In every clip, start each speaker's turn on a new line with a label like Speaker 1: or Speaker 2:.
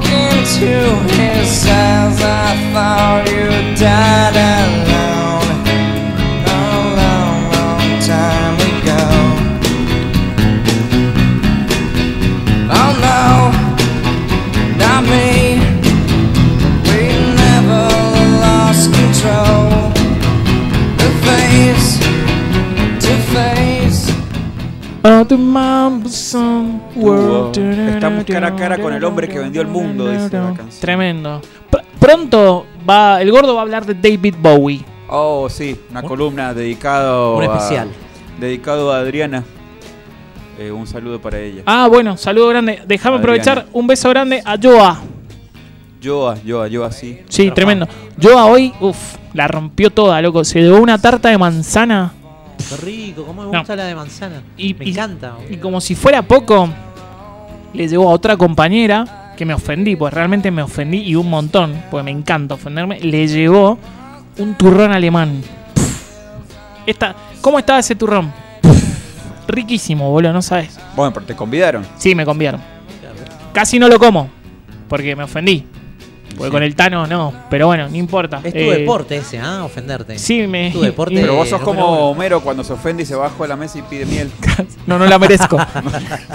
Speaker 1: to his eyes. I thought you died alone a long, long time ago. Oh no, not me. We never lost control. The face to face.
Speaker 2: Estamos oh, cara a cara con el hombre que vendió el mundo, dice la canción.
Speaker 3: Tremendo. Pr- pronto va, el gordo va a hablar de David Bowie.
Speaker 2: Oh, sí, una columna dedicado
Speaker 4: un
Speaker 2: a-
Speaker 4: especial.
Speaker 2: dedicado a Adriana. Eh, un saludo para ella.
Speaker 3: Ah, bueno, saludo grande. Déjame
Speaker 2: Adriana.
Speaker 3: aprovechar un beso grande a Joa.
Speaker 2: Yo, yo, yo así.
Speaker 3: Sí, tremendo. Joa hoy, uff, la rompió toda, loco. Se llevó una tarta de manzana
Speaker 4: Qué rico, cómo me
Speaker 3: No.
Speaker 4: gusta la de manzana.
Speaker 3: Y-
Speaker 4: me
Speaker 3: y-
Speaker 4: encanta.
Speaker 3: Y como si fuera poco, le llevó a otra compañera que me ofendí, pues realmente me ofendí y un montón, pues me encanta ofenderme. Le llevó un turrón alemán. Pff. Esta, ¿Cómo estaba ese turrón? Pff. Riquísimo, boludo, no sabes.
Speaker 2: Bueno, pero te convidaron.
Speaker 3: Sí, me convieron. Casi no lo como, porque me ofendí. Porque
Speaker 2: Sí.
Speaker 3: con el Tano no, pero bueno, no importa.
Speaker 4: Es tu
Speaker 3: Eh,
Speaker 4: deporte ese, ¿ah? Ofenderte.
Speaker 3: Sí, me.
Speaker 4: Tu deporte.
Speaker 2: Pero vos
Speaker 4: Eh,
Speaker 2: sos
Speaker 4: número
Speaker 2: como
Speaker 4: uno.
Speaker 2: Homero cuando se ofende y se baja a la mesa y pide miel.
Speaker 3: No, no la merezco.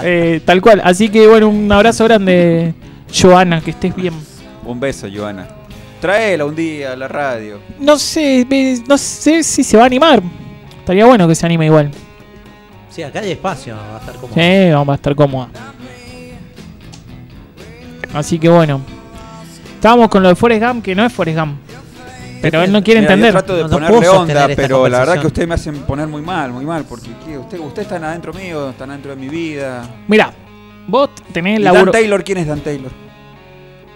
Speaker 3: Eh, tal cual. Así que bueno, un abrazo grande, Joana, que estés bien.
Speaker 2: Un beso, Joana. Traela un día a la radio.
Speaker 3: No sé, ve- no sé si se va a animar. Estaría bueno que se anime igual.
Speaker 4: Sí, acá hay espacio, va a estar como.
Speaker 3: Sí, vamos a estar cómoda. Así que bueno. Estábamos con lo de Forrest Gump, que no es Forrest Gump. Pero él no quiere
Speaker 2: Mira,
Speaker 3: entender.
Speaker 2: Yo trato de
Speaker 4: No, no
Speaker 2: ponerle
Speaker 4: puedo sostener
Speaker 2: onda,
Speaker 4: esta
Speaker 2: pero la verdad
Speaker 4: conversación.
Speaker 2: que ustedes me hacen poner muy mal, muy mal, porque ¿qué? Usted- ustedes están adentro mío, están adentro de mi vida.
Speaker 3: Mira, vos tenés el
Speaker 2: ¿Y Dan
Speaker 3: laburo.
Speaker 2: Taylor? ¿Quién es Dan Taylor?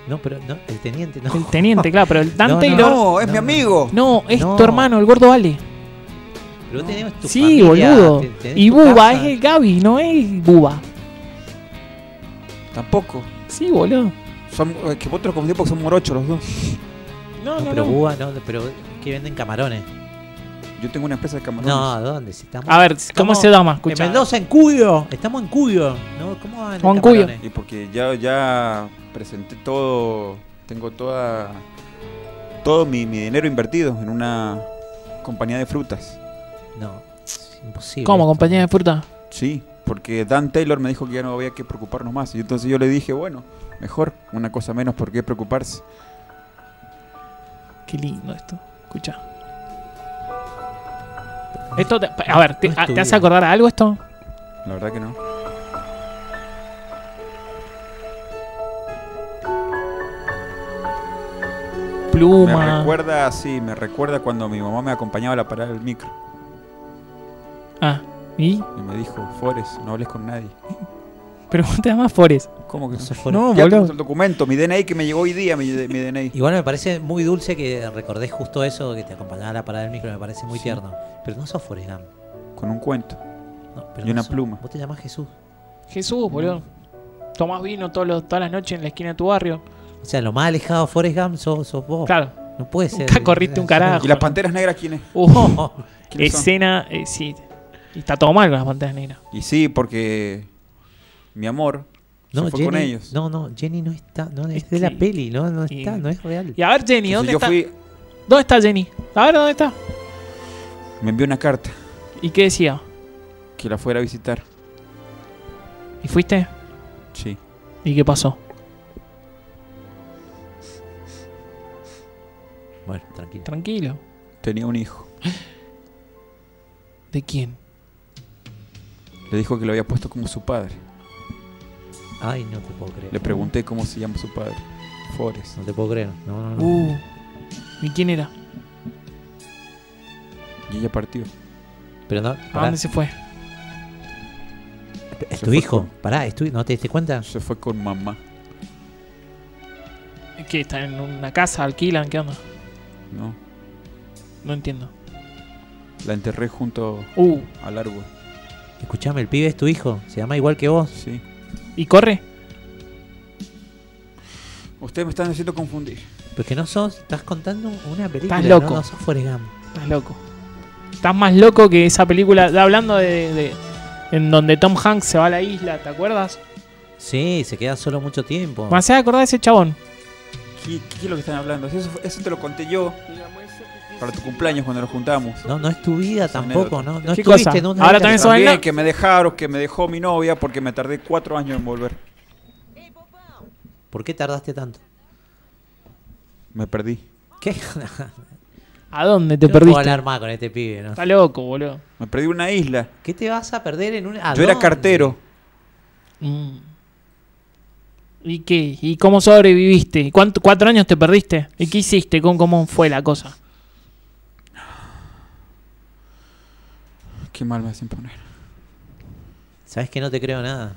Speaker 4: No, pero no, el teniente no.
Speaker 3: El teniente, claro, pero el Dan
Speaker 4: No, no,
Speaker 3: Taylor. No,
Speaker 2: No, es
Speaker 4: No,
Speaker 2: mi
Speaker 4: no.
Speaker 2: amigo.
Speaker 3: es
Speaker 4: No.
Speaker 3: tu hermano, el gordo Ale.
Speaker 4: Pero vos tenés tu
Speaker 3: sí,
Speaker 4: familia,
Speaker 3: boludo.
Speaker 4: te- tenés
Speaker 3: Y
Speaker 4: tu
Speaker 3: Buba
Speaker 4: casa.
Speaker 3: es el Gaby, no es Buba.
Speaker 2: Tampoco.
Speaker 3: Sí, boludo.
Speaker 2: Son, eh, que otros confundí porque son morochos los dos.
Speaker 3: No,
Speaker 4: No,
Speaker 3: no,
Speaker 4: pero
Speaker 3: no.
Speaker 4: Buba, no, pero que venden camarones.
Speaker 2: Yo tengo una empresa de camarones.
Speaker 4: No, ¿dónde? Si estamos.
Speaker 3: A ver, ¿cómo
Speaker 4: estamos
Speaker 3: se llama?
Speaker 4: En
Speaker 3: Escucha.
Speaker 4: Mendoza, en Cuyo. Estamos en Cuyo. ¿no? ¿Cómo van
Speaker 3: O en
Speaker 4: los
Speaker 3: Cuyo.
Speaker 4: camarones?
Speaker 2: Y porque ya, ya presenté todo, tengo toda todo mi, mi dinero invertido en una compañía de frutas.
Speaker 4: No, es imposible.
Speaker 3: ¿Cómo,
Speaker 4: esto.
Speaker 3: compañía de fruta?
Speaker 2: Sí, porque Dan Taylor me dijo que ya no había que preocuparnos más. Y entonces yo le dije, bueno, mejor, una cosa menos por qué preocuparse.
Speaker 3: Qué lindo esto. Escucha. Esto te- a ver, ¿te,
Speaker 4: No es
Speaker 3: a-
Speaker 4: tu
Speaker 3: ¿te hace
Speaker 4: vida.
Speaker 3: acordar a algo esto?
Speaker 2: La verdad que no. Me
Speaker 3: Pluma.
Speaker 2: recuerda, sí, me recuerda cuando mi mamá me acompañaba a la parada del micro.
Speaker 3: Ah, ¿y?
Speaker 2: Y me dijo, Forrest, no hables con nadie.
Speaker 3: Pero vos te llamas Forest.
Speaker 2: ¿Cómo que no?
Speaker 4: Eso fue-
Speaker 3: No,
Speaker 2: Ya
Speaker 3: boludo.
Speaker 2: tengo el documento, mi DNI que me llegó hoy día, mi, mi DNI.
Speaker 4: Igual me parece muy dulce que recordés justo eso, que te acompañaba a la parada del micro, me parece muy tierno. Pero no sos Forrest Gump.
Speaker 2: Con un cuento.
Speaker 4: No, pero
Speaker 2: Y
Speaker 4: no
Speaker 2: una
Speaker 4: sos-
Speaker 2: pluma.
Speaker 4: Vos te llamás Jesús.
Speaker 3: Jesús, boludo. Tomás vino todos los- todas las noches en la esquina de tu barrio.
Speaker 4: O sea, lo más alejado de Forrest Gump sos, sos vos.
Speaker 3: Claro.
Speaker 4: No puede ser.
Speaker 3: Nunca corriste un carajo.
Speaker 2: ¿Y las panteras negras quién es?
Speaker 3: Uh,
Speaker 4: No,
Speaker 2: ¿Quiénes son?
Speaker 3: escena, eh, sí. Y está todo mal con las pantallas negras.
Speaker 2: Y sí, porque mi amor
Speaker 4: no,
Speaker 2: se fue
Speaker 4: Jenny,
Speaker 2: con ellos.
Speaker 4: no, no, Jenny no está, no es
Speaker 3: Es
Speaker 4: de la
Speaker 3: que-
Speaker 4: peli, no, no
Speaker 3: y-
Speaker 4: está, no es real.
Speaker 3: Y a ver, Jenny, ¿dónde
Speaker 2: Entonces yo
Speaker 3: está?
Speaker 2: fui,
Speaker 3: ¿Dónde está Jenny? A ver, ¿dónde está?
Speaker 2: me envió una carta
Speaker 3: ¿Y qué decía?
Speaker 2: que la fuera a visitar.
Speaker 3: ¿Y fuiste?
Speaker 2: Sí.
Speaker 3: ¿Y qué pasó?
Speaker 4: Bueno, tranquilo.
Speaker 3: Tranquilo.
Speaker 2: Tenía un hijo.
Speaker 3: ¿De quién?
Speaker 2: Le dijo que lo había puesto como su padre.
Speaker 4: Ay, no te puedo creer.
Speaker 2: Le pregunté cómo se llama su padre. Forrest.
Speaker 4: No te puedo creer. No, no, no.
Speaker 3: Uh. ¿Y quién era?
Speaker 2: Y ella partió.
Speaker 4: Pero no,
Speaker 3: ¿A
Speaker 4: pará,
Speaker 3: dónde se fue?
Speaker 4: es
Speaker 2: se
Speaker 4: tu
Speaker 2: fue
Speaker 4: hijo. Pará, es tu- ¿no te diste cuenta?
Speaker 2: Se fue con mamá.
Speaker 3: Es que están en una casa, alquilan, ¿qué onda?
Speaker 2: No.
Speaker 3: No entiendo.
Speaker 2: La enterré junto
Speaker 3: Uh,
Speaker 2: al árbol.
Speaker 4: Escuchame, el pibe es tu hijo, se llama igual que vos.
Speaker 2: Sí.
Speaker 3: ¿y corre?
Speaker 2: Ustedes me están haciendo confundir.
Speaker 4: Porque no sos, estás contando una película.
Speaker 3: Estás loco.
Speaker 4: No, no sos Forrest Gump.
Speaker 3: Estás loco. Estás más loco que esa película. ya Hablando de, de- de- En donde Tom Hanks se va a la isla, ¿te acuerdas?
Speaker 4: Sí, se queda solo mucho tiempo.
Speaker 3: Me hace acordar de ese chabón.
Speaker 2: ¿Qué, qué es lo que están hablando? Eso, eso te lo conté yo para tu cumpleaños cuando nos juntamos.
Speaker 4: No, no es tu vida tampoco, ¿no? No
Speaker 3: ¿Qué
Speaker 4: estuviste
Speaker 3: cosa?
Speaker 4: en una
Speaker 3: Ahora
Speaker 4: vida
Speaker 3: también
Speaker 4: que-
Speaker 3: sos-
Speaker 2: También
Speaker 3: baila?
Speaker 2: que me dejaron, que me dejó mi novia porque me tardé cuatro años en volver.
Speaker 4: ¿Por qué tardaste tanto?
Speaker 2: Me perdí.
Speaker 4: ¿Qué?
Speaker 3: ¿A dónde te
Speaker 4: no puedo
Speaker 3: perdiste?
Speaker 4: hablar más con este pibe, ¿no?
Speaker 3: Está loco, boludo.
Speaker 2: Me perdí una isla.
Speaker 4: ¿Qué te vas a perder en una.? ¿A
Speaker 2: Yo era
Speaker 4: dónde?
Speaker 2: cartero.
Speaker 3: Mm. ¿Y qué? ¿Y cómo sobreviviste? ¿Y ¿Cuánto, ¿Cuatro años te perdiste? ¿Y qué hiciste? ¿Cómo, cómo fue la cosa?
Speaker 2: Qué mal me hacen poner.
Speaker 4: Sabes que no te creo nada.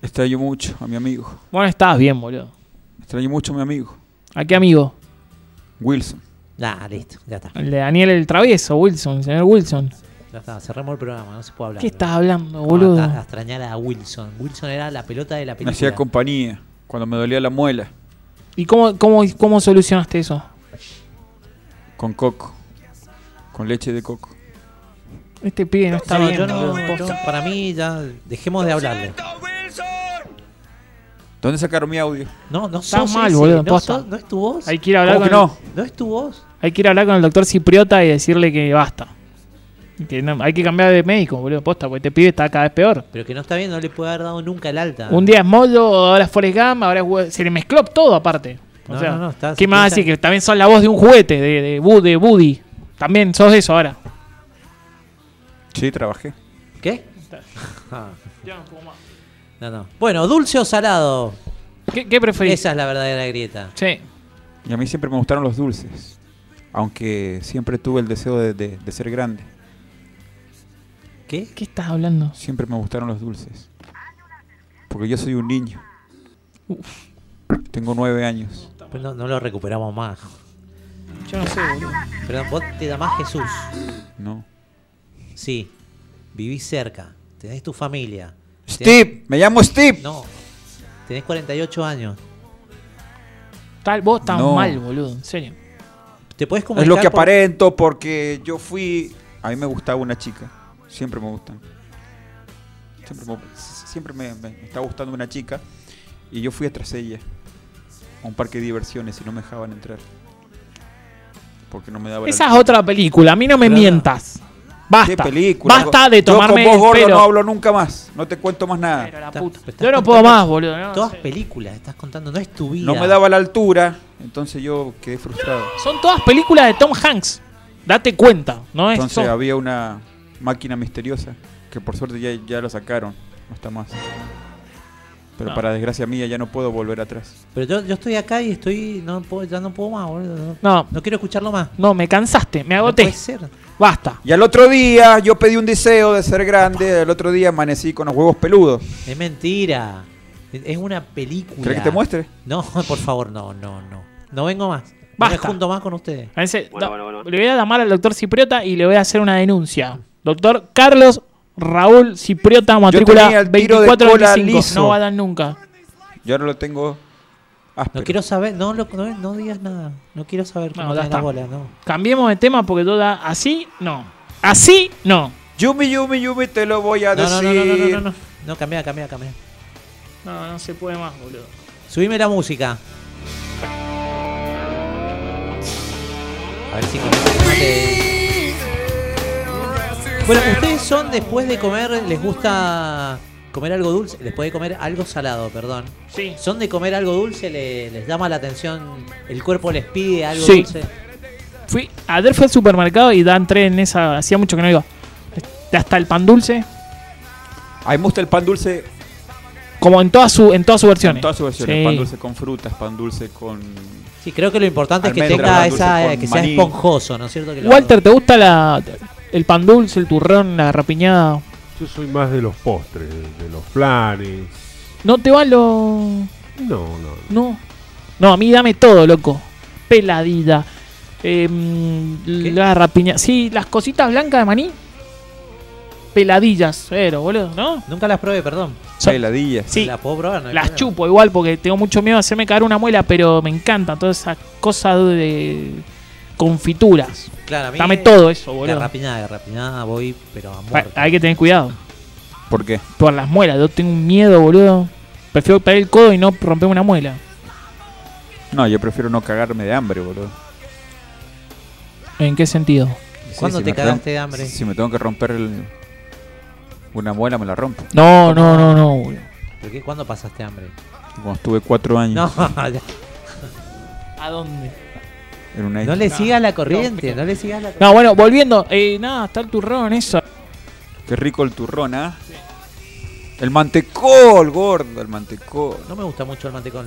Speaker 2: Extraño mucho a mi amigo.
Speaker 3: Bueno, estabas bien, boludo.
Speaker 2: Extraño mucho a mi amigo.
Speaker 3: ¿A qué amigo?
Speaker 2: Wilson.
Speaker 4: Nah, listo, ya está.
Speaker 3: El de Daniel el Travieso, Wilson, el señor Wilson.
Speaker 4: Ya está, cerramos el programa, no se puede hablar.
Speaker 3: ¿Qué estás hablando,
Speaker 4: Vamos a-
Speaker 3: boludo?
Speaker 4: A, a extrañar a Wilson. Wilson era la pelota de la
Speaker 2: Me
Speaker 4: película.
Speaker 2: hacía compañía cuando me dolía la muela
Speaker 3: ¿Y cómo, cómo, cómo solucionaste eso?
Speaker 2: con coco. Con leche de coco.
Speaker 3: Este pibe no está
Speaker 4: No,
Speaker 3: bien.
Speaker 4: yo no-
Speaker 3: boludo,
Speaker 4: yo-
Speaker 3: posta.
Speaker 4: para mí ya dejemos de hablarle.
Speaker 2: ¿Dónde sacaron mi audio?
Speaker 4: No, no
Speaker 3: Estás
Speaker 4: sos
Speaker 3: mal,
Speaker 4: ese,
Speaker 3: boludo,
Speaker 4: No,
Speaker 3: posta.
Speaker 4: sos- no es tu voz.
Speaker 3: Hay que ir a hablar
Speaker 2: ¿Cómo
Speaker 3: con
Speaker 2: que no?
Speaker 4: No es tu voz.
Speaker 3: Hay que ir a hablar con el doctor Cipriota y decirle que basta. Que no- hay que cambiar de médico, boludo, posta, porque este pibe está cada vez peor.
Speaker 4: Pero que no está bien, no le puede haber dado nunca el alta.
Speaker 3: Un día es Moldo, ahora es Forrest Gump, ahora es Wo- Se le mezcló todo aparte. O
Speaker 4: No,
Speaker 3: sea,
Speaker 4: no, no, está-
Speaker 3: ¿qué más
Speaker 4: está-
Speaker 3: así? Que también sos la voz de un juguete, de, de, Bu- de Woody. También sos eso ahora.
Speaker 2: Sí, trabajé.
Speaker 4: ¿Qué? Ah, no, no. Bueno, dulce o salado.
Speaker 3: ¿Qué, qué preferís?
Speaker 4: Esa es la verdadera grieta.
Speaker 3: Sí.
Speaker 2: Y a mí siempre me gustaron los dulces. Aunque siempre tuve el deseo de, de- de ser grande.
Speaker 4: ¿Qué?
Speaker 3: ¿Qué estás hablando?
Speaker 2: Siempre me gustaron los dulces. Porque yo soy un niño. Tengo nueve años.
Speaker 4: Pues No, no lo recuperamos más.
Speaker 3: Yo no sé, boludo.
Speaker 4: Pero vos te llamás Jesús.
Speaker 2: No.
Speaker 4: Sí, vivís cerca, tenés tu familia. tenés-
Speaker 2: Steve, me llamo Steve.
Speaker 4: No, tenés 48 años.
Speaker 3: Tal, vos estás
Speaker 2: No.
Speaker 3: mal, boludo, en serio.
Speaker 4: Te puedes comunicar.
Speaker 2: Es lo que
Speaker 4: por-
Speaker 2: aparento porque yo fui... A mí me gustaba una chica. Siempre me gustan. Siempre me, siempre me- me- me está gustando una chica. Y yo fui tras ella. A un parque de diversiones y no me dejaban entrar. Porque no me daban...
Speaker 3: Esa es otra película, a mí no me
Speaker 4: Claro.
Speaker 3: mientas. Basta.
Speaker 2: ¿Qué película?
Speaker 3: Basta de tomarme
Speaker 2: Yo con vos,
Speaker 3: el
Speaker 2: gordo,
Speaker 3: pelo.
Speaker 2: no hablo nunca más. No te cuento más
Speaker 3: Pero
Speaker 2: nada.
Speaker 3: la
Speaker 4: Está-
Speaker 3: puta.
Speaker 4: está-
Speaker 3: Yo no
Speaker 4: está-
Speaker 3: puedo más, boludo. no
Speaker 4: Todas
Speaker 3: sé.
Speaker 4: películas estás contando, no es tu vida.
Speaker 2: No me daba la altura, entonces yo quedé frustrado.
Speaker 3: Son todas películas de Tom Hanks. Date cuenta, ¿no? Es
Speaker 2: Entonces
Speaker 3: son-
Speaker 2: había una máquina misteriosa que por suerte ya, ya la sacaron. No está más. Pero
Speaker 3: Ah.
Speaker 2: para desgracia mía ya no puedo volver atrás.
Speaker 4: Pero yo, yo estoy acá y estoy. No puedo, ya no puedo más, boludo. No,
Speaker 3: No,
Speaker 4: no quiero escucharlo más.
Speaker 3: no, me cansaste, me
Speaker 4: No puede
Speaker 3: agoté.
Speaker 4: ser.
Speaker 3: Basta.
Speaker 2: Y al otro día yo pedí un deseo de ser grande. Al otro día amanecí con los huevos peludos.
Speaker 4: Es mentira. Es- Es una película.
Speaker 2: ¿Querés que te muestre?
Speaker 4: No, por favor, no, no, no. No vengo más. No me
Speaker 3: Basta.
Speaker 4: junto más con ustedes.
Speaker 3: A ese-
Speaker 5: Bueno,
Speaker 3: no,
Speaker 5: bueno, bueno.
Speaker 3: Le voy a llamar al doctor Cipriota y le voy a hacer una denuncia. Doctor Carlos Raúl Cipriota, matrícula
Speaker 2: tenía el tiro de cola
Speaker 3: 2425.
Speaker 2: liso.
Speaker 3: No va a dar nunca.
Speaker 2: Yo ahora lo tengo áspero.
Speaker 4: No quiero saber, no, lo- no, no digas nada. No quiero saber cómo
Speaker 3: No, ya
Speaker 4: tenés la
Speaker 3: está.
Speaker 4: bola, no.
Speaker 3: Cambiemos de tema porque toda así no. Así no.
Speaker 2: Yumi, Yumi, Yumi, te lo voy a
Speaker 4: No, no,
Speaker 2: decir.
Speaker 4: no, no, no, no, no. No, cambiá, cambiá, cambiá.
Speaker 3: No, no se puede más, boludo.
Speaker 4: Subime la música. A ver si con ese tema te- Bueno, ustedes son después de comer, les gusta comer algo dulce, después de comer algo salado, perdón.
Speaker 3: Sí.
Speaker 4: Son de comer algo dulce, le- les llama la atención, el cuerpo les pide algo
Speaker 3: Sí.
Speaker 4: dulce.
Speaker 3: Fui, ayer fui al supermercado y dan tres en esa. Hacía mucho que no iba. Hasta el pan dulce,
Speaker 2: A mí me gusta el pan dulce
Speaker 3: como en todas su, en todas sus versiones.
Speaker 2: En todas sus versiones,
Speaker 3: Sí.
Speaker 2: pan dulce con frutas, pan dulce con...
Speaker 4: Sí, creo que lo importante es que
Speaker 2: Almendra,
Speaker 4: tenga
Speaker 2: pan dulce
Speaker 4: esa,
Speaker 2: con
Speaker 4: eh, que sea
Speaker 2: maní.
Speaker 4: esponjoso, ¿no es cierto? Que lo-
Speaker 3: Walter, ¿te gusta la, el pan dulce, el turrón, la rapiñada?
Speaker 6: Yo soy más de los postres, de de los planes.
Speaker 3: ¿No te van los.?
Speaker 6: No, no. no.
Speaker 3: No. No, a mí dame todo, loco. Peladilla. em, la rapiña. Sí, las cositas blancas de maní. Peladillas, pero, boludo, ¿no?
Speaker 4: Nunca las probé, perdón.
Speaker 3: Son-
Speaker 2: Peladillas.
Speaker 3: Sí,
Speaker 4: Las puedo probar, no hay
Speaker 3: las
Speaker 4: problema.
Speaker 3: chupo igual porque tengo mucho miedo de hacerme caer una muela, pero me encanta todas esas cosas de confituras.
Speaker 4: Claro, a mí-
Speaker 3: Dame todo eso, boludo.
Speaker 4: Garrapiñada, garrapiñada, voy, pero a
Speaker 3: Pa-
Speaker 4: muerte.
Speaker 3: Hay que tener cuidado
Speaker 2: ¿Por qué?
Speaker 3: por las muelas. Yo tengo un miedo, boludo. Prefiero pegar el codo y no romper una muela.
Speaker 2: No, yo prefiero no cagarme de hambre, boludo.
Speaker 3: ¿En qué sentido?
Speaker 2: Sí,
Speaker 4: ¿Cuándo te
Speaker 2: me
Speaker 4: cagaste
Speaker 2: rom-
Speaker 4: de hambre?
Speaker 2: Si me tengo que romper el- una muela, me la rompo.
Speaker 3: No, no, no, no. boludo.
Speaker 4: ¿Por qué? ¿Cuándo pasaste hambre?
Speaker 2: Cuando estuve cuatro años
Speaker 4: No, ya.
Speaker 3: ¿A dónde?
Speaker 2: en una isla.
Speaker 4: no le sigas la
Speaker 3: no,
Speaker 4: corriente, no le sigas la corriente.
Speaker 3: No, bueno, volviendo. Eh, nada, está el turrón, eso.
Speaker 2: Qué rico el turrón, ¿ah? El mantecol, gordo, el mantecol.
Speaker 4: No me gusta mucho el mantecón.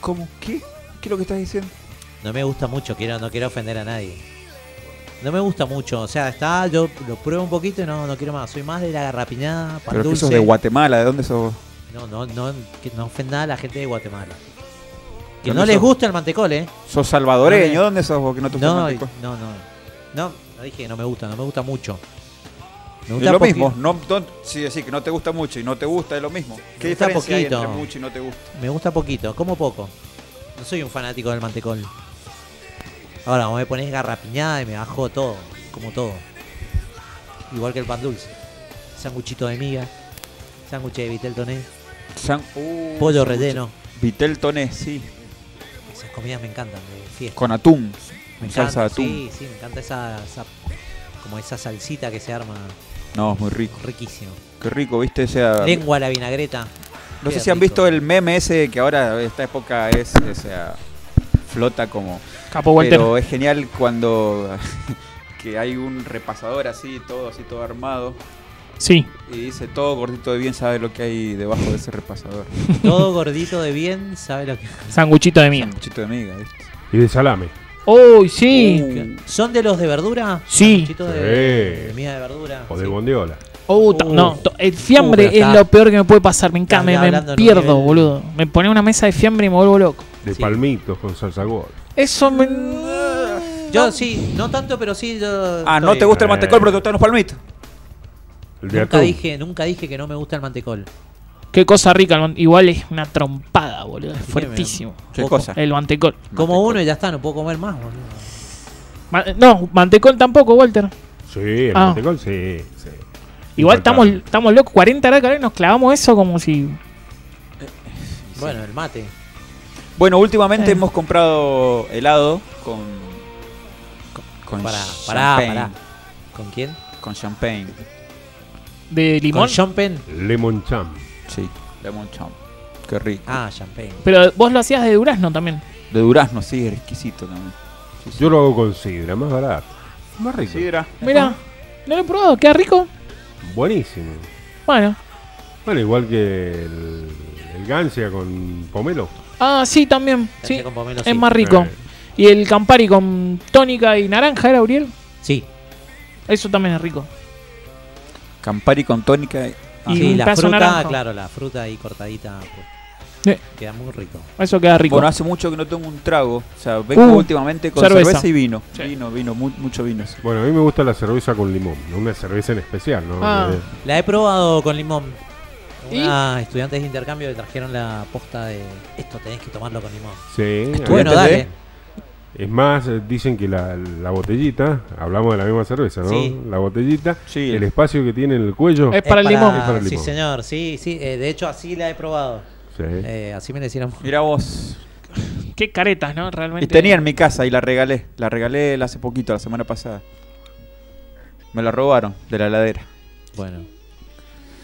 Speaker 2: ¿Cómo? ¿Qué? ¿Qué es lo que estás diciendo?
Speaker 4: No me gusta mucho, quiero, no quiero ofender a nadie. No me gusta mucho, o sea, está, yo lo pruebo un poquito y no, no quiero más. Soy más de la garrapiñada, pan
Speaker 2: Pero que
Speaker 4: dulce.
Speaker 2: sos de Guatemala, ¿de dónde sos?
Speaker 4: no, no, no, que no ofenda a la gente de Guatemala. Que
Speaker 2: ¿Dónde
Speaker 4: no les
Speaker 2: sos?
Speaker 4: gusta el mantecol, eh.
Speaker 2: ¿Sos salvadoreño?
Speaker 4: No,
Speaker 2: ¿Dónde sos vos que no te gusta el
Speaker 4: No,
Speaker 2: mantecol?
Speaker 4: no, no. No, no dije que no me gusta, no me gusta mucho. Me
Speaker 2: Es lo
Speaker 4: poqui-
Speaker 2: mismo, no, no- si decís que no te gusta mucho y no te gusta, es lo mismo. ¿Qué
Speaker 4: gusta
Speaker 2: diferencia hay
Speaker 4: poquito.
Speaker 2: entre mucho y no te gusta?
Speaker 4: Me gusta poquito, como poco. No soy un fanático del mantecol. Ahora, vos me pones garrapiñada y me bajo todo, como todo. Igual que el pan dulce. Sanguchito de miga, sándwich de vitel toné,
Speaker 2: San- Uh,
Speaker 4: pollo
Speaker 2: sanguche.
Speaker 4: relleno.
Speaker 2: Vitel toné, sí,
Speaker 4: Esas comidas me encantan, de fiesta.
Speaker 2: con atún,
Speaker 4: Me
Speaker 2: con
Speaker 4: encanta,
Speaker 2: salsa de atún.
Speaker 4: Sí, sí, me encanta esa, esa- como esa salsita que se arma,
Speaker 2: No, es muy rico.
Speaker 4: riquísimo.
Speaker 2: Qué rico, viste, o sea,
Speaker 4: Lengua a la vinagreta.
Speaker 2: no sé
Speaker 4: qué
Speaker 2: si han
Speaker 4: rico.
Speaker 2: visto el meme ese que ahora esta época es, o sea, flota como
Speaker 3: Capo Walter.
Speaker 2: Pero es genial cuando que hay un repasador así, todo así, todo armado.
Speaker 3: Sí.
Speaker 2: Y dice, todo gordito de bien sabe lo que hay debajo de ese repasador.
Speaker 4: Todo gordito de bien, sabe lo que...
Speaker 3: Sanguchito de mía.
Speaker 2: Sanguchito de miga, ¿viste?
Speaker 6: Y de salame.
Speaker 4: Uh.
Speaker 3: Uy, sí.
Speaker 4: ¿Son de los de verdura?
Speaker 3: Sí.
Speaker 4: Sanguchito de,
Speaker 6: Sí.
Speaker 4: de miga de verdura.
Speaker 6: O de
Speaker 4: sí.
Speaker 6: bondiola.
Speaker 3: Oh, ta-
Speaker 4: Uh.
Speaker 3: no, to- el fiambre
Speaker 4: Uh, pero
Speaker 3: es
Speaker 4: está-
Speaker 3: lo peor que me puede pasar. Me
Speaker 4: Estás
Speaker 3: encanta, me, me
Speaker 4: hablando en un
Speaker 3: pierdo,
Speaker 4: nivel-
Speaker 3: boludo. Me pone una mesa de fiambre y me vuelvo loco.
Speaker 6: De
Speaker 4: Sí.
Speaker 6: palmitos con salsa gorda.
Speaker 3: Eso me.
Speaker 4: Yo sí, no tanto, pero sí. Yo
Speaker 2: Ah, no
Speaker 4: estoy-
Speaker 2: te gusta el
Speaker 6: Eh.
Speaker 2: mantecol, pero te gustan los palmitos.
Speaker 6: El de
Speaker 4: Nunca
Speaker 6: atún.
Speaker 4: dije, nunca dije que no me gusta el mantecol.
Speaker 3: Qué cosa rica. el man- Igual es una trompada, boludo. Es
Speaker 4: Sí,
Speaker 3: fuertísimo.
Speaker 2: ¿Qué
Speaker 4: Poco.
Speaker 2: cosa?
Speaker 3: El mantecol.
Speaker 4: Como
Speaker 2: Mantecol.
Speaker 4: uno y ya está, no puedo comer más, boludo.
Speaker 3: Ma- no, mantecol tampoco, Walter.
Speaker 6: Sí, el
Speaker 3: Ah.
Speaker 6: mantecón, sí, sí.
Speaker 3: Igual estamos,
Speaker 6: Infaltable.
Speaker 3: estamos locos. 40 horas y nos clavamos eso como si.
Speaker 4: Bueno, el mate.
Speaker 2: Bueno, últimamente
Speaker 3: Eh.
Speaker 2: hemos comprado helado con... Con, con
Speaker 4: Pará, pará,
Speaker 2: champagne.
Speaker 4: pará. ¿Con quién?
Speaker 2: Con champagne.
Speaker 3: de limón.
Speaker 4: ¿Con champagne?
Speaker 6: Lemon cham.
Speaker 2: Sí, lemon chomp. Qué rico.
Speaker 4: Ah, champagne.
Speaker 3: Pero vos lo hacías de durazno también.
Speaker 2: De durazno, sí, es exquisito también.
Speaker 6: Yo lo hago con sidra, más barato. Más rico.
Speaker 2: Sidra.
Speaker 3: Mira, no lo he probado, queda rico.
Speaker 6: Buenísimo.
Speaker 3: Bueno.
Speaker 6: Bueno, igual que el, el gancia con pomelo.
Speaker 3: Ah, sí, también. Sí,
Speaker 4: Con pomelo,
Speaker 3: es
Speaker 4: sí.
Speaker 3: más rico.
Speaker 6: Eh,
Speaker 3: Y el Campari con tónica y naranja, ¿era Uriel?
Speaker 4: Sí.
Speaker 3: Eso también es rico.
Speaker 2: Campari con tónica. y- Ah,
Speaker 3: Y
Speaker 4: sí,
Speaker 3: un
Speaker 4: la
Speaker 3: pedazo
Speaker 4: fruta,
Speaker 3: naranja.
Speaker 4: claro, la fruta ahí cortadita. pues,
Speaker 3: Eh.
Speaker 4: Queda muy rico.
Speaker 3: Eso queda rico.
Speaker 2: Bueno, hace mucho que no tomo un trago. O sea, vengo
Speaker 3: Uh,
Speaker 2: últimamente con
Speaker 3: cerveza.
Speaker 2: cerveza, y vino.
Speaker 3: Sí.
Speaker 2: Vino, vino, mu- mucho vino. sí.
Speaker 6: Bueno, a mí me gusta la cerveza con limón. no Una cerveza en especial, ¿no?
Speaker 3: Ah.
Speaker 6: Eh,
Speaker 4: La he probado con limón.
Speaker 3: ¿Y?
Speaker 4: Una estudiantes de intercambio que trajeron la posta de esto tenés que tomarlo con limón.
Speaker 6: Sí.
Speaker 4: Bueno,
Speaker 2: ¿Estudiantes
Speaker 4: dale.
Speaker 2: de?
Speaker 6: Es más, eh, dicen que la, la botellita, hablamos de la misma cerveza, ¿no?
Speaker 4: Sí.
Speaker 6: La botellita,
Speaker 2: Sí.
Speaker 6: el espacio que tiene en el cuello.
Speaker 3: Es para el limón.
Speaker 6: Es para el
Speaker 4: Sí,
Speaker 6: limón.
Speaker 4: señor, sí, sí. eh, de hecho, así la he probado.
Speaker 6: Sí.
Speaker 4: Eh, así me la hicieron.
Speaker 2: Mira vos.
Speaker 3: Qué caretas, ¿no? Realmente.
Speaker 2: Y tenía en mi casa y la regalé. La regalé hace poquito, la semana pasada. Me la robaron de la heladera.
Speaker 4: Bueno.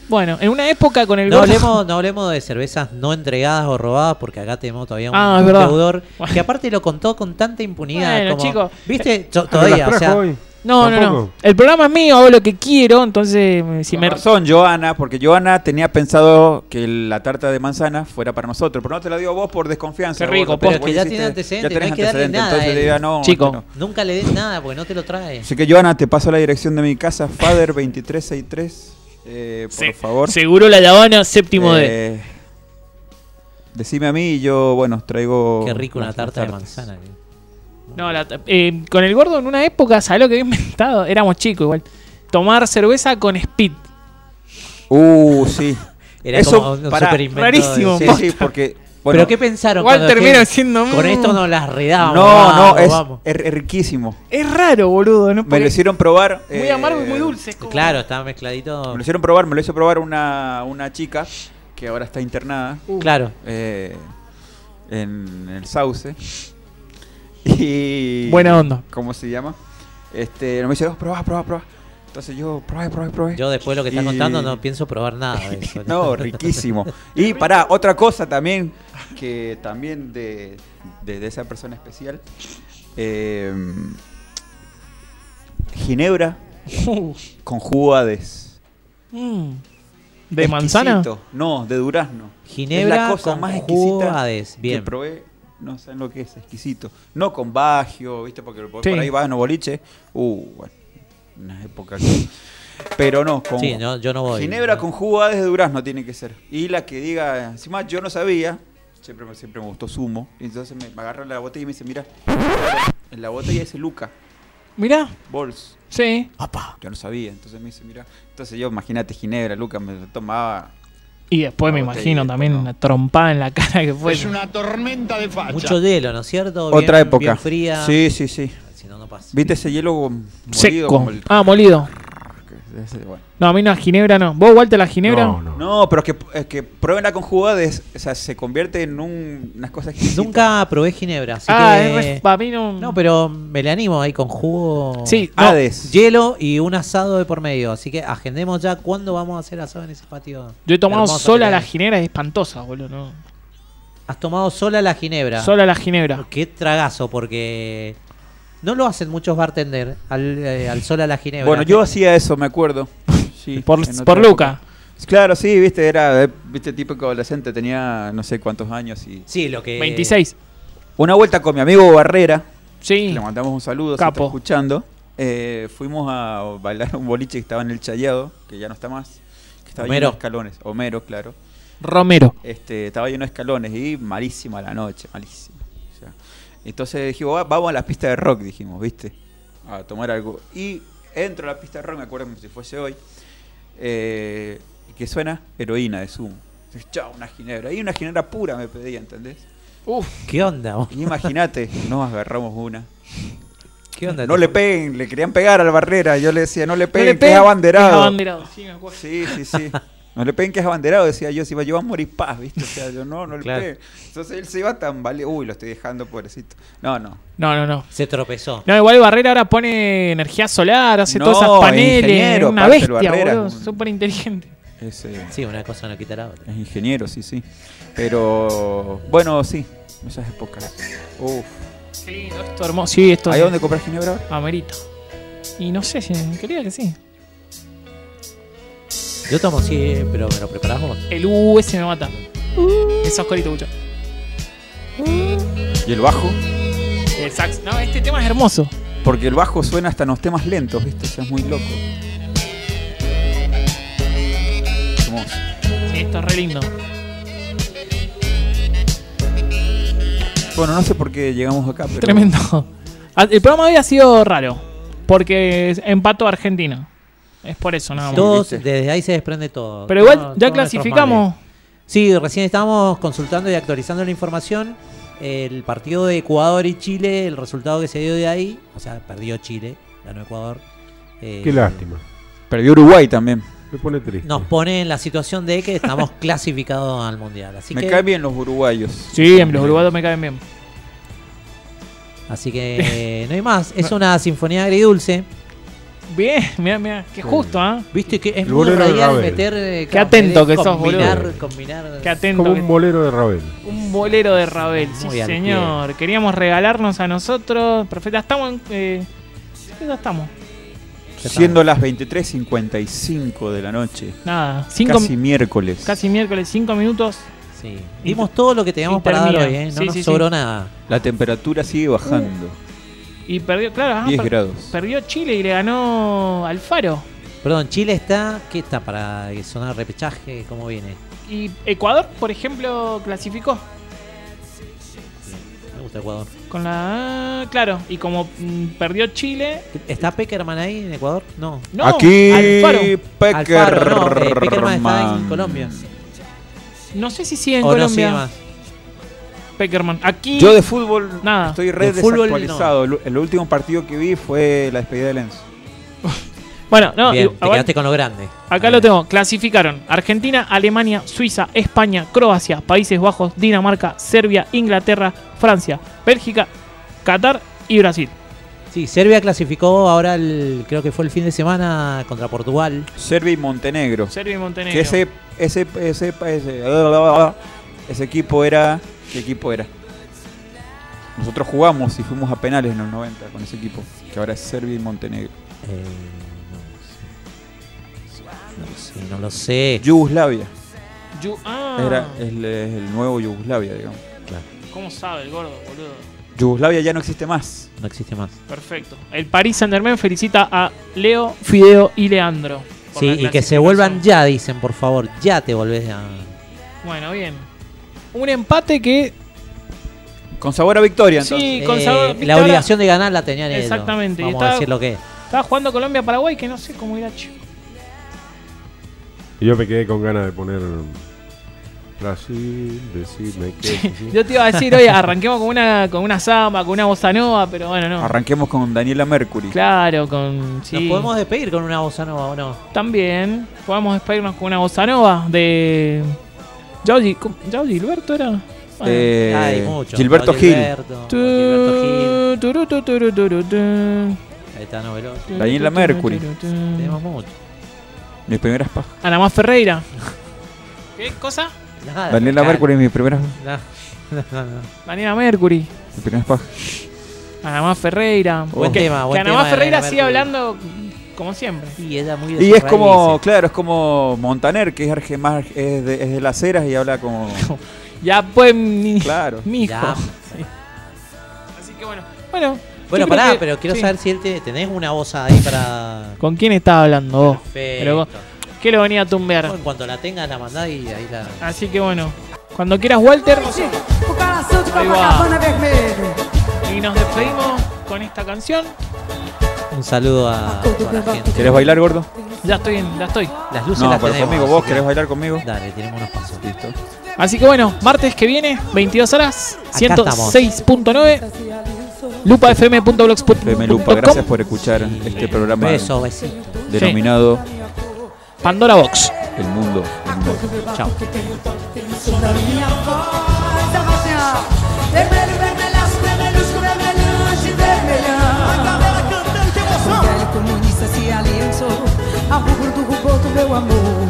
Speaker 3: Bueno, en una época con el
Speaker 4: No
Speaker 3: gordo-
Speaker 4: hablemos, no hablemos de cervezas no entregadas o robadas, porque acá tenemos todavía un,
Speaker 3: Ah, es
Speaker 4: un
Speaker 3: verdad.
Speaker 4: deudor
Speaker 3: Bueno.
Speaker 4: que aparte lo contó con tanta impunidad.
Speaker 3: Bueno, Eh,
Speaker 4: como-
Speaker 3: chicos.
Speaker 4: ¿Viste? Yo-
Speaker 6: Ah, ¿no las
Speaker 4: todavía, o
Speaker 6: trajo
Speaker 4: sea,
Speaker 6: hoy?
Speaker 3: No, no, no.
Speaker 6: ¿Tampoco?
Speaker 3: El programa es mío, hago lo que quiero, entonces eh, si
Speaker 2: Con
Speaker 3: me
Speaker 2: razón, Joana, porque Joana tenía pensado que la tarta de manzana fuera para nosotros, pero no te la dio vos por desconfianza.
Speaker 3: Qué rico,
Speaker 2: vos, porque
Speaker 3: posta.
Speaker 2: vos
Speaker 4: Que ya
Speaker 2: hiciste-
Speaker 4: tiene antecedentes,
Speaker 2: ya
Speaker 4: no
Speaker 2: tenés
Speaker 4: hay que darle
Speaker 2: antecedentes,
Speaker 4: nada a
Speaker 2: entonces
Speaker 4: él.
Speaker 2: le diga, no, este
Speaker 3: Chico.
Speaker 2: no.
Speaker 4: nunca le des nada porque no te lo trae.
Speaker 2: Así que Joana, te paso la dirección de mi casa, Father 2363. eh, por
Speaker 3: Se-
Speaker 2: favor.
Speaker 3: Seguro la Habana, séptimo D.
Speaker 2: Eh, Decime a mí y yo, bueno, traigo.
Speaker 6: oh,
Speaker 4: Qué rico una
Speaker 2: las
Speaker 4: tarta de
Speaker 2: tartas.
Speaker 4: manzana. eh.
Speaker 3: No, la- eh, con el gordo en una época, ¿sabes lo que había inventado? Éramos chicos igual. Tomar cerveza con speed.
Speaker 2: Uh, sí.
Speaker 4: Era
Speaker 2: Eso,
Speaker 4: como un
Speaker 2: pará,
Speaker 4: superinvento
Speaker 3: rarísimo.
Speaker 4: de-
Speaker 2: Sí,
Speaker 3: Posta.
Speaker 2: sí, porque. bueno,
Speaker 4: ¿Pero qué pensaron?
Speaker 3: Igual
Speaker 4: cuando
Speaker 3: termina
Speaker 4: dijeron,
Speaker 3: siendo,
Speaker 4: Con
Speaker 3: mm.
Speaker 4: esto nos las redamos.
Speaker 2: No, no,
Speaker 4: vamos,
Speaker 2: es,
Speaker 4: vamos"?
Speaker 2: es- es riquísimo.
Speaker 3: Es raro, boludo. ¿no?
Speaker 2: Me lo
Speaker 3: Porque-
Speaker 2: hicieron probar.
Speaker 3: muy
Speaker 2: eh,
Speaker 3: amargo y muy dulce. es como-
Speaker 4: Claro, estaba mezcladito.
Speaker 2: Me lo hicieron probar, me lo hizo probar una, una chica que ahora está internada.
Speaker 4: Claro.
Speaker 2: eh, en el sauce. Y.
Speaker 3: Buena onda.
Speaker 2: ¿Cómo se llama? Este, me dice, oh, probá, probá, probá. Entonces yo probé, probé, probé.
Speaker 4: Yo después de lo que estás
Speaker 2: Y-
Speaker 4: contando no pienso probar nada de eso.
Speaker 2: No, riquísimo. Y pará, otra cosa también, que también de, de- de esa persona especial. eh, Ginebra con jugo Hades.
Speaker 3: uh, Mm. ¿De manzana?
Speaker 2: Exquisito. No, de durazno.
Speaker 4: Ginebra
Speaker 2: es la cosa
Speaker 4: con
Speaker 2: más
Speaker 4: jugo
Speaker 2: exquisita
Speaker 4: Hades, bien.
Speaker 2: que probé. No saben lo que es, exquisito. No con bagio, ¿viste? Porque por,
Speaker 3: Sí.
Speaker 2: por ahí vas en los boliches. Uh, bueno, una época que- Pero no, con
Speaker 4: Sí, no, yo no voy.
Speaker 2: Ginebra
Speaker 4: No.
Speaker 2: con jugo Hades de durazno tiene que ser. Y la que diga, encima yo no sabía, siempre, me- siempre me gustó zumo. Y entonces me, me agarra la botella y me dice, mira, en la botella dice Luca,
Speaker 3: Mirá, Ah,
Speaker 2: Bols.
Speaker 3: sí.
Speaker 2: Yo no sabía, entonces me dice, mira. Entonces yo, imagínate, Ginebra, Luca, me lo tomaba.
Speaker 3: Y después me
Speaker 2: Ah, ok,
Speaker 3: imagino
Speaker 2: esto
Speaker 3: también
Speaker 2: no.
Speaker 3: una trompada en la cara que fue.
Speaker 4: Mucho hielo, ¿no es cierto? Bien-
Speaker 2: Otra época.
Speaker 4: Bien fría.
Speaker 2: Sí, sí, sí.
Speaker 4: Si no, no pasa.
Speaker 2: ¿Viste ese hielo molido?
Speaker 3: Seco.
Speaker 2: como el-
Speaker 3: Ah, molido.
Speaker 2: que- ese, bueno.
Speaker 3: No, a mí no, a Ginebra no. ¿Vos, Walter, la Ginebra?
Speaker 6: No, no.
Speaker 2: No, pero es que, es que pruébenla con jugo Hades, o sea, se convierte en un, unas cosas que...
Speaker 4: Nunca probé Ginebra, así
Speaker 3: Ah,
Speaker 4: que.
Speaker 3: es re- para mí no.
Speaker 4: No, pero me le animo ahí con jugo.
Speaker 3: Sí, no.
Speaker 2: Hades.
Speaker 4: Hielo y un asado de por medio. Así que agendemos ya cuándo vamos a hacer asado en ese patio.
Speaker 3: Yo he tomado
Speaker 4: hermoso
Speaker 3: sola
Speaker 4: que
Speaker 3: la
Speaker 4: tenés.
Speaker 3: Ginebra, es espantosa, boludo. no.
Speaker 4: Has tomado sola la Ginebra.
Speaker 3: Sola la Ginebra.
Speaker 4: Qué tragazo, porque. No lo hacen muchos bartender al, eh, al sola la Ginebra.
Speaker 2: Bueno, yo hacía eso, me acuerdo. Sí,
Speaker 3: Por,
Speaker 2: en otra
Speaker 3: por
Speaker 2: época.
Speaker 3: Luca.
Speaker 2: Claro, sí, viste, era eh, viste típico adolescente, tenía no sé cuántos años y
Speaker 4: Sí, lo que.
Speaker 3: 26.
Speaker 2: una vuelta con mi amigo Barrera,
Speaker 3: Sí.
Speaker 2: le mandamos un saludo, si
Speaker 3: Capo.
Speaker 2: está escuchando. eh, fuimos a bailar un boliche que estaba en el Chayado, que ya no está más, que estaba
Speaker 4: Homero.
Speaker 2: lleno de escalones, Homero, claro.
Speaker 3: Romero.
Speaker 2: Este, estaba lleno de escalones y malísima la noche, malísima. o sea. Entonces dijimos, "Va- vamos a la pista de rock, dijimos, ¿viste? A tomar algo. Y entro a la pista de rock, me acuerdo como si fuese hoy, eh, que suena heroína de Zoom. Chao, una ginebra. Y una ginebra pura me pedía, ¿entendés?
Speaker 3: Uf.
Speaker 4: ¿Qué onda? vos?
Speaker 2: Y imagínate, nos agarramos una.
Speaker 4: ¿Qué onda?
Speaker 2: No le peguen, le querían pegar a la barrera. Yo le decía, no le peguen, que
Speaker 3: PNP,
Speaker 2: es abanderado.
Speaker 3: Es abanderado, sí, me acuerdo.
Speaker 2: Sí, sí, sí. No le peguen que es abanderado, decía yo, si va, yo voy a morir paz, ¿viste? O sea, yo no, no le
Speaker 4: Claro.
Speaker 2: peguen. Entonces él se iba tan vale. Uy, lo estoy dejando, pobrecito. No, no.
Speaker 3: No, no, no.
Speaker 4: Se tropezó.
Speaker 3: No, igual Barrera ahora pone energía solar, hace
Speaker 2: No,
Speaker 3: todas esas paneles.
Speaker 2: ingeniero,
Speaker 3: Una
Speaker 2: parce, el
Speaker 3: bestia,
Speaker 2: Barrera.
Speaker 3: boludo. Súper inteligente.
Speaker 2: Es, eh,
Speaker 4: Sí, una cosa no quita la otra.
Speaker 2: es ingeniero, sí, sí. Pero bueno, sí, esas épocas. Uf.
Speaker 3: Qué lindo, esto hermoso. Sí, esto.
Speaker 2: ¿Ahí dónde comprar ginebra ahora?
Speaker 3: Amerita. Y no sé si. Quería que sí.
Speaker 4: Yo tomo, sí, eh, pero me lo preparás vos.
Speaker 3: El US me mata. Es oscurito mucho.
Speaker 2: ¿Y el bajo?
Speaker 3: El sax. No, este tema es hermoso.
Speaker 2: Porque el bajo suena hasta en los temas lentos, ¿viste? O sea, es muy loco. Hermoso.
Speaker 3: Sí, esto es re lindo.
Speaker 2: Bueno, no sé por qué llegamos acá, pero.
Speaker 3: Tremendo. Ah, El programa había sido raro. Porque es- empató a Argentina. Es por eso, nada más.
Speaker 4: Todos,
Speaker 2: viste.
Speaker 4: desde ahí se desprende todo.
Speaker 3: Ah, Pero igual,
Speaker 4: Todo-
Speaker 3: ya
Speaker 4: todos nuestros
Speaker 3: clasificamos.
Speaker 4: males. Sí, recién estábamos consultando y actualizando la información. El partido de Ecuador y Chile, el resultado que se dio de ahí, o sea, perdió Chile, ganó Ecuador. eh,
Speaker 6: Qué lástima.
Speaker 2: Perdió Uruguay también.
Speaker 6: Me pone triste.
Speaker 4: Nos pone en la situación de que estamos clasificados al mundial. Así
Speaker 2: Me
Speaker 4: que,
Speaker 2: caen bien los uruguayos.
Speaker 3: Sí, en los uruguayos me caen bien.
Speaker 4: así que no hay más. Es una sinfonía agridulce.
Speaker 3: Bien, mira, mira. Qué justo, ¿ah?
Speaker 4: Viste que es
Speaker 6: El
Speaker 4: muy
Speaker 6: bolero de
Speaker 4: radial
Speaker 6: Ravel.
Speaker 4: meter. eh,
Speaker 3: Qué atento que sos,
Speaker 4: combinar,
Speaker 6: boludo.
Speaker 4: Combinar,
Speaker 3: Qué atento.
Speaker 6: Como
Speaker 3: que-
Speaker 6: un bolero de Ravel.
Speaker 3: Un bolero de Rabel, sí
Speaker 4: Muy al
Speaker 3: señor. Queríamos regalarnos a nosotros. Perfecta, estamos en... eh, ya estamos.
Speaker 2: Siendo las 23.55 de la noche.
Speaker 3: Nada. Cinco,
Speaker 2: casi miércoles.
Speaker 3: casi miércoles, cinco minutos.
Speaker 4: Sí. Dimos todo lo que teníamos
Speaker 3: Y
Speaker 4: para dar
Speaker 3: termina.
Speaker 4: hoy, ¿eh? No
Speaker 3: Sí,
Speaker 4: nos
Speaker 3: sí, sí.
Speaker 4: sobró nada.
Speaker 2: La temperatura sigue bajando.
Speaker 3: Y perdió, claro, ajá,
Speaker 2: 10
Speaker 3: Ah, per-
Speaker 2: grados.
Speaker 3: perdió Chile y le ganó Alfaro.
Speaker 4: Perdón, Chile está. ¿Qué está para que sonar repechaje? ¿Cómo viene?
Speaker 3: Y Ecuador, por ejemplo, clasificó
Speaker 4: Me gusta Ecuador.
Speaker 3: con la... Claro, y como mm, perdió Chile...
Speaker 4: ¿Está Peckerman ahí en Ecuador? No.
Speaker 3: No,
Speaker 2: Aquí
Speaker 3: Alfaro.
Speaker 4: Alfaro, no, eh, Peckerman está en
Speaker 2: Peckerman.
Speaker 4: Colombia.
Speaker 3: No sé si sigue en
Speaker 4: O no
Speaker 3: Colombia.
Speaker 4: sigue más.
Speaker 3: Peckerman. Aquí...
Speaker 2: Yo de fútbol
Speaker 3: Nada.
Speaker 2: estoy re
Speaker 4: De fútbol,
Speaker 2: desactualizado. El, el último partido que vi fue la despedida de Lenzo.
Speaker 3: Bueno, no,
Speaker 4: Bien,
Speaker 3: y-
Speaker 4: te
Speaker 3: aguante-
Speaker 4: quedaste con lo grande.
Speaker 3: Acá lo tengo. Clasificaron Argentina, Alemania, Suiza, España, Croacia, Países Bajos, Dinamarca, Serbia, Inglaterra, Francia, Bélgica, Qatar y Brasil.
Speaker 4: Sí, Serbia clasificó ahora, el, creo que fue el fin de semana contra Portugal.
Speaker 2: Serbia y Montenegro.
Speaker 3: Serbia y Montenegro.
Speaker 2: Que ese, ese, ese, ese, ese equipo era. ¿Qué equipo era? Nosotros jugamos y fuimos a penales en los 90 con ese equipo, que ahora es Serbia y Montenegro.
Speaker 4: Eh, no, lo sé. no lo sé.
Speaker 2: Yugoslavia.
Speaker 3: Yu- ah,
Speaker 2: Era el, es el nuevo Yugoslavia, digamos.
Speaker 3: ¿Cómo sabe el gordo, boludo?
Speaker 2: Yugoslavia ya no existe más.
Speaker 4: No existe más.
Speaker 3: Perfecto. El Paris Saint-Germain felicita a Leo, Fideo y Leandro. por
Speaker 4: Sí,
Speaker 3: la
Speaker 4: y que se
Speaker 3: clasificación.
Speaker 4: vuelvan ya, dicen, por favor. Ya te volvés a.
Speaker 3: Bueno, bien. Un empate que.
Speaker 2: Con sabor a victoria, entonces.
Speaker 3: Sí, con
Speaker 4: Eh,
Speaker 3: sabor- viste,
Speaker 4: la
Speaker 3: ahora
Speaker 4: obligación de ganar la tenían ellos.
Speaker 3: Exactamente, y
Speaker 4: Vamos
Speaker 3: está-
Speaker 4: a decir lo que es.
Speaker 3: Estaba jugando Colombia-Paraguay que no sé cómo irá, chico.
Speaker 6: Y yo me quedé con ganas de poner Brasil, decirme que. sí.
Speaker 3: Yo te iba a decir, oye, arranquemos con una, con una samba, con una bossa nova, pero bueno, no.
Speaker 2: Arranquemos con Daniela Mercury.
Speaker 3: Claro, con.
Speaker 4: Nos
Speaker 3: Sí.
Speaker 4: podemos despedir con una bossa nova o no.
Speaker 3: También podemos despedirnos con una bossa nova de. Jordi, ¿cómo- Jordi Gilberto era. Bueno.
Speaker 2: Eh,
Speaker 4: Hay mucho.
Speaker 2: Gilberto
Speaker 4: Raúl
Speaker 2: Gil.
Speaker 4: Gilberto,
Speaker 3: Tu,
Speaker 4: Gilberto
Speaker 3: turu, tu, turu, turu, tu.
Speaker 4: Gil. Ahí está Novelo.
Speaker 2: Daniela
Speaker 3: Tu, tu, tu,
Speaker 2: Mercury.
Speaker 3: tu, tu.
Speaker 4: Tenemos mucho.
Speaker 2: Mis primeras pajas.
Speaker 3: Ana Más Ferreira. ¿Qué cosa?
Speaker 4: Nada,
Speaker 2: Daniela
Speaker 4: nada.
Speaker 2: Mercury, mis primeras,
Speaker 4: Nada, nada, nada.
Speaker 3: Daniela Mercury.
Speaker 2: mis primeras pajas.
Speaker 3: Ana Más Ferreira.
Speaker 4: Buen
Speaker 3: Que-
Speaker 4: tema,
Speaker 3: Que
Speaker 4: Ah, buen
Speaker 3: Ana
Speaker 4: tema
Speaker 3: Más
Speaker 4: de
Speaker 3: Ferreira
Speaker 4: Daniela
Speaker 3: sigue
Speaker 4: Mercury.
Speaker 3: hablando como siempre.
Speaker 4: Y ella muy de
Speaker 2: Y es
Speaker 4: sus
Speaker 2: como,
Speaker 4: raíces.
Speaker 2: claro, es como Montaner, que es, arge- más- es, de, es de las Heras y habla como.
Speaker 3: Ya pues mi,
Speaker 2: Claro.
Speaker 3: mi hijo.
Speaker 4: Ya.
Speaker 3: Sí. Así que bueno. Bueno, yo
Speaker 4: Bueno,
Speaker 3: creo
Speaker 4: pará,
Speaker 3: que-
Speaker 4: pero quiero
Speaker 3: sí.
Speaker 4: saber si él te, tenés una bossa ahí para.
Speaker 3: ¿Con quién estaba hablando vos? Pero vos-
Speaker 4: Perfecto.
Speaker 3: ¿Qué lo venía a tumbear?
Speaker 4: Vos en cuanto la tengas, la mandás y ahí la.
Speaker 3: Así que bueno, cuando quieras Walter
Speaker 5: O coração de
Speaker 3: Aí, ó.
Speaker 5: Copacabana é vermelho.
Speaker 3: y nos despedimos con esta canción.
Speaker 4: Un saludo a toda la gente.
Speaker 2: ¿Querés bailar, gordo?
Speaker 3: Ya estoy, en- ya estoy.
Speaker 4: Las luces
Speaker 2: No,
Speaker 4: las
Speaker 2: pero
Speaker 4: tenemos.
Speaker 2: conmigo,
Speaker 4: así
Speaker 2: vos
Speaker 4: que-
Speaker 2: querés bailar conmigo.
Speaker 4: Dale, tenemos unos pasos.
Speaker 2: Listo.
Speaker 3: Así que bueno, martes que viene, 22 horas,
Speaker 4: Acá estamos.
Speaker 3: 106.9, lupafm.blogspot.com.
Speaker 2: FM Lupa, gracias por escuchar este programa
Speaker 4: Beso, besito.
Speaker 2: denominado
Speaker 3: Pandora Box.
Speaker 2: El Mundo en Voz.
Speaker 4: Chao.
Speaker 5: assim, Vermelho, vermelhaço, vermelhusco, vermelhante, vermelhão. A galera cantando de é emoção. O velho comunista se aliançou ao rubro do rubor do meu amor.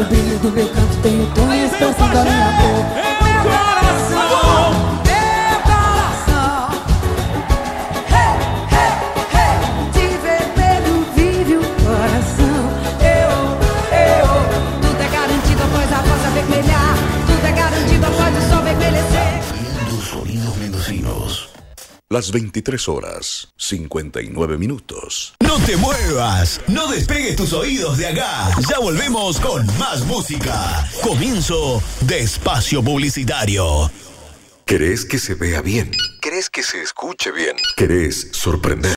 Speaker 5: O brilho do meu canto tem o tom e a expansão da minha cor. Meu coração, meu coração. Hey, hey, hey. De vermelho vive o coração. Eu, eu. Tudo é garantido após a rosa vermelhar. Tudo é garantido após o sol vermelhecer.
Speaker 7: Lindos sonidos mendocinos.
Speaker 8: Las 23 horas, 59 minutos.
Speaker 7: No te muevas, no despegues tus oídos de acá. Ya volvemos con más música. Comienzo de espacio publicitario.
Speaker 8: ¿Querés que se vea bien? ¿Querés que se escuche bien? ¿Querés sorprender?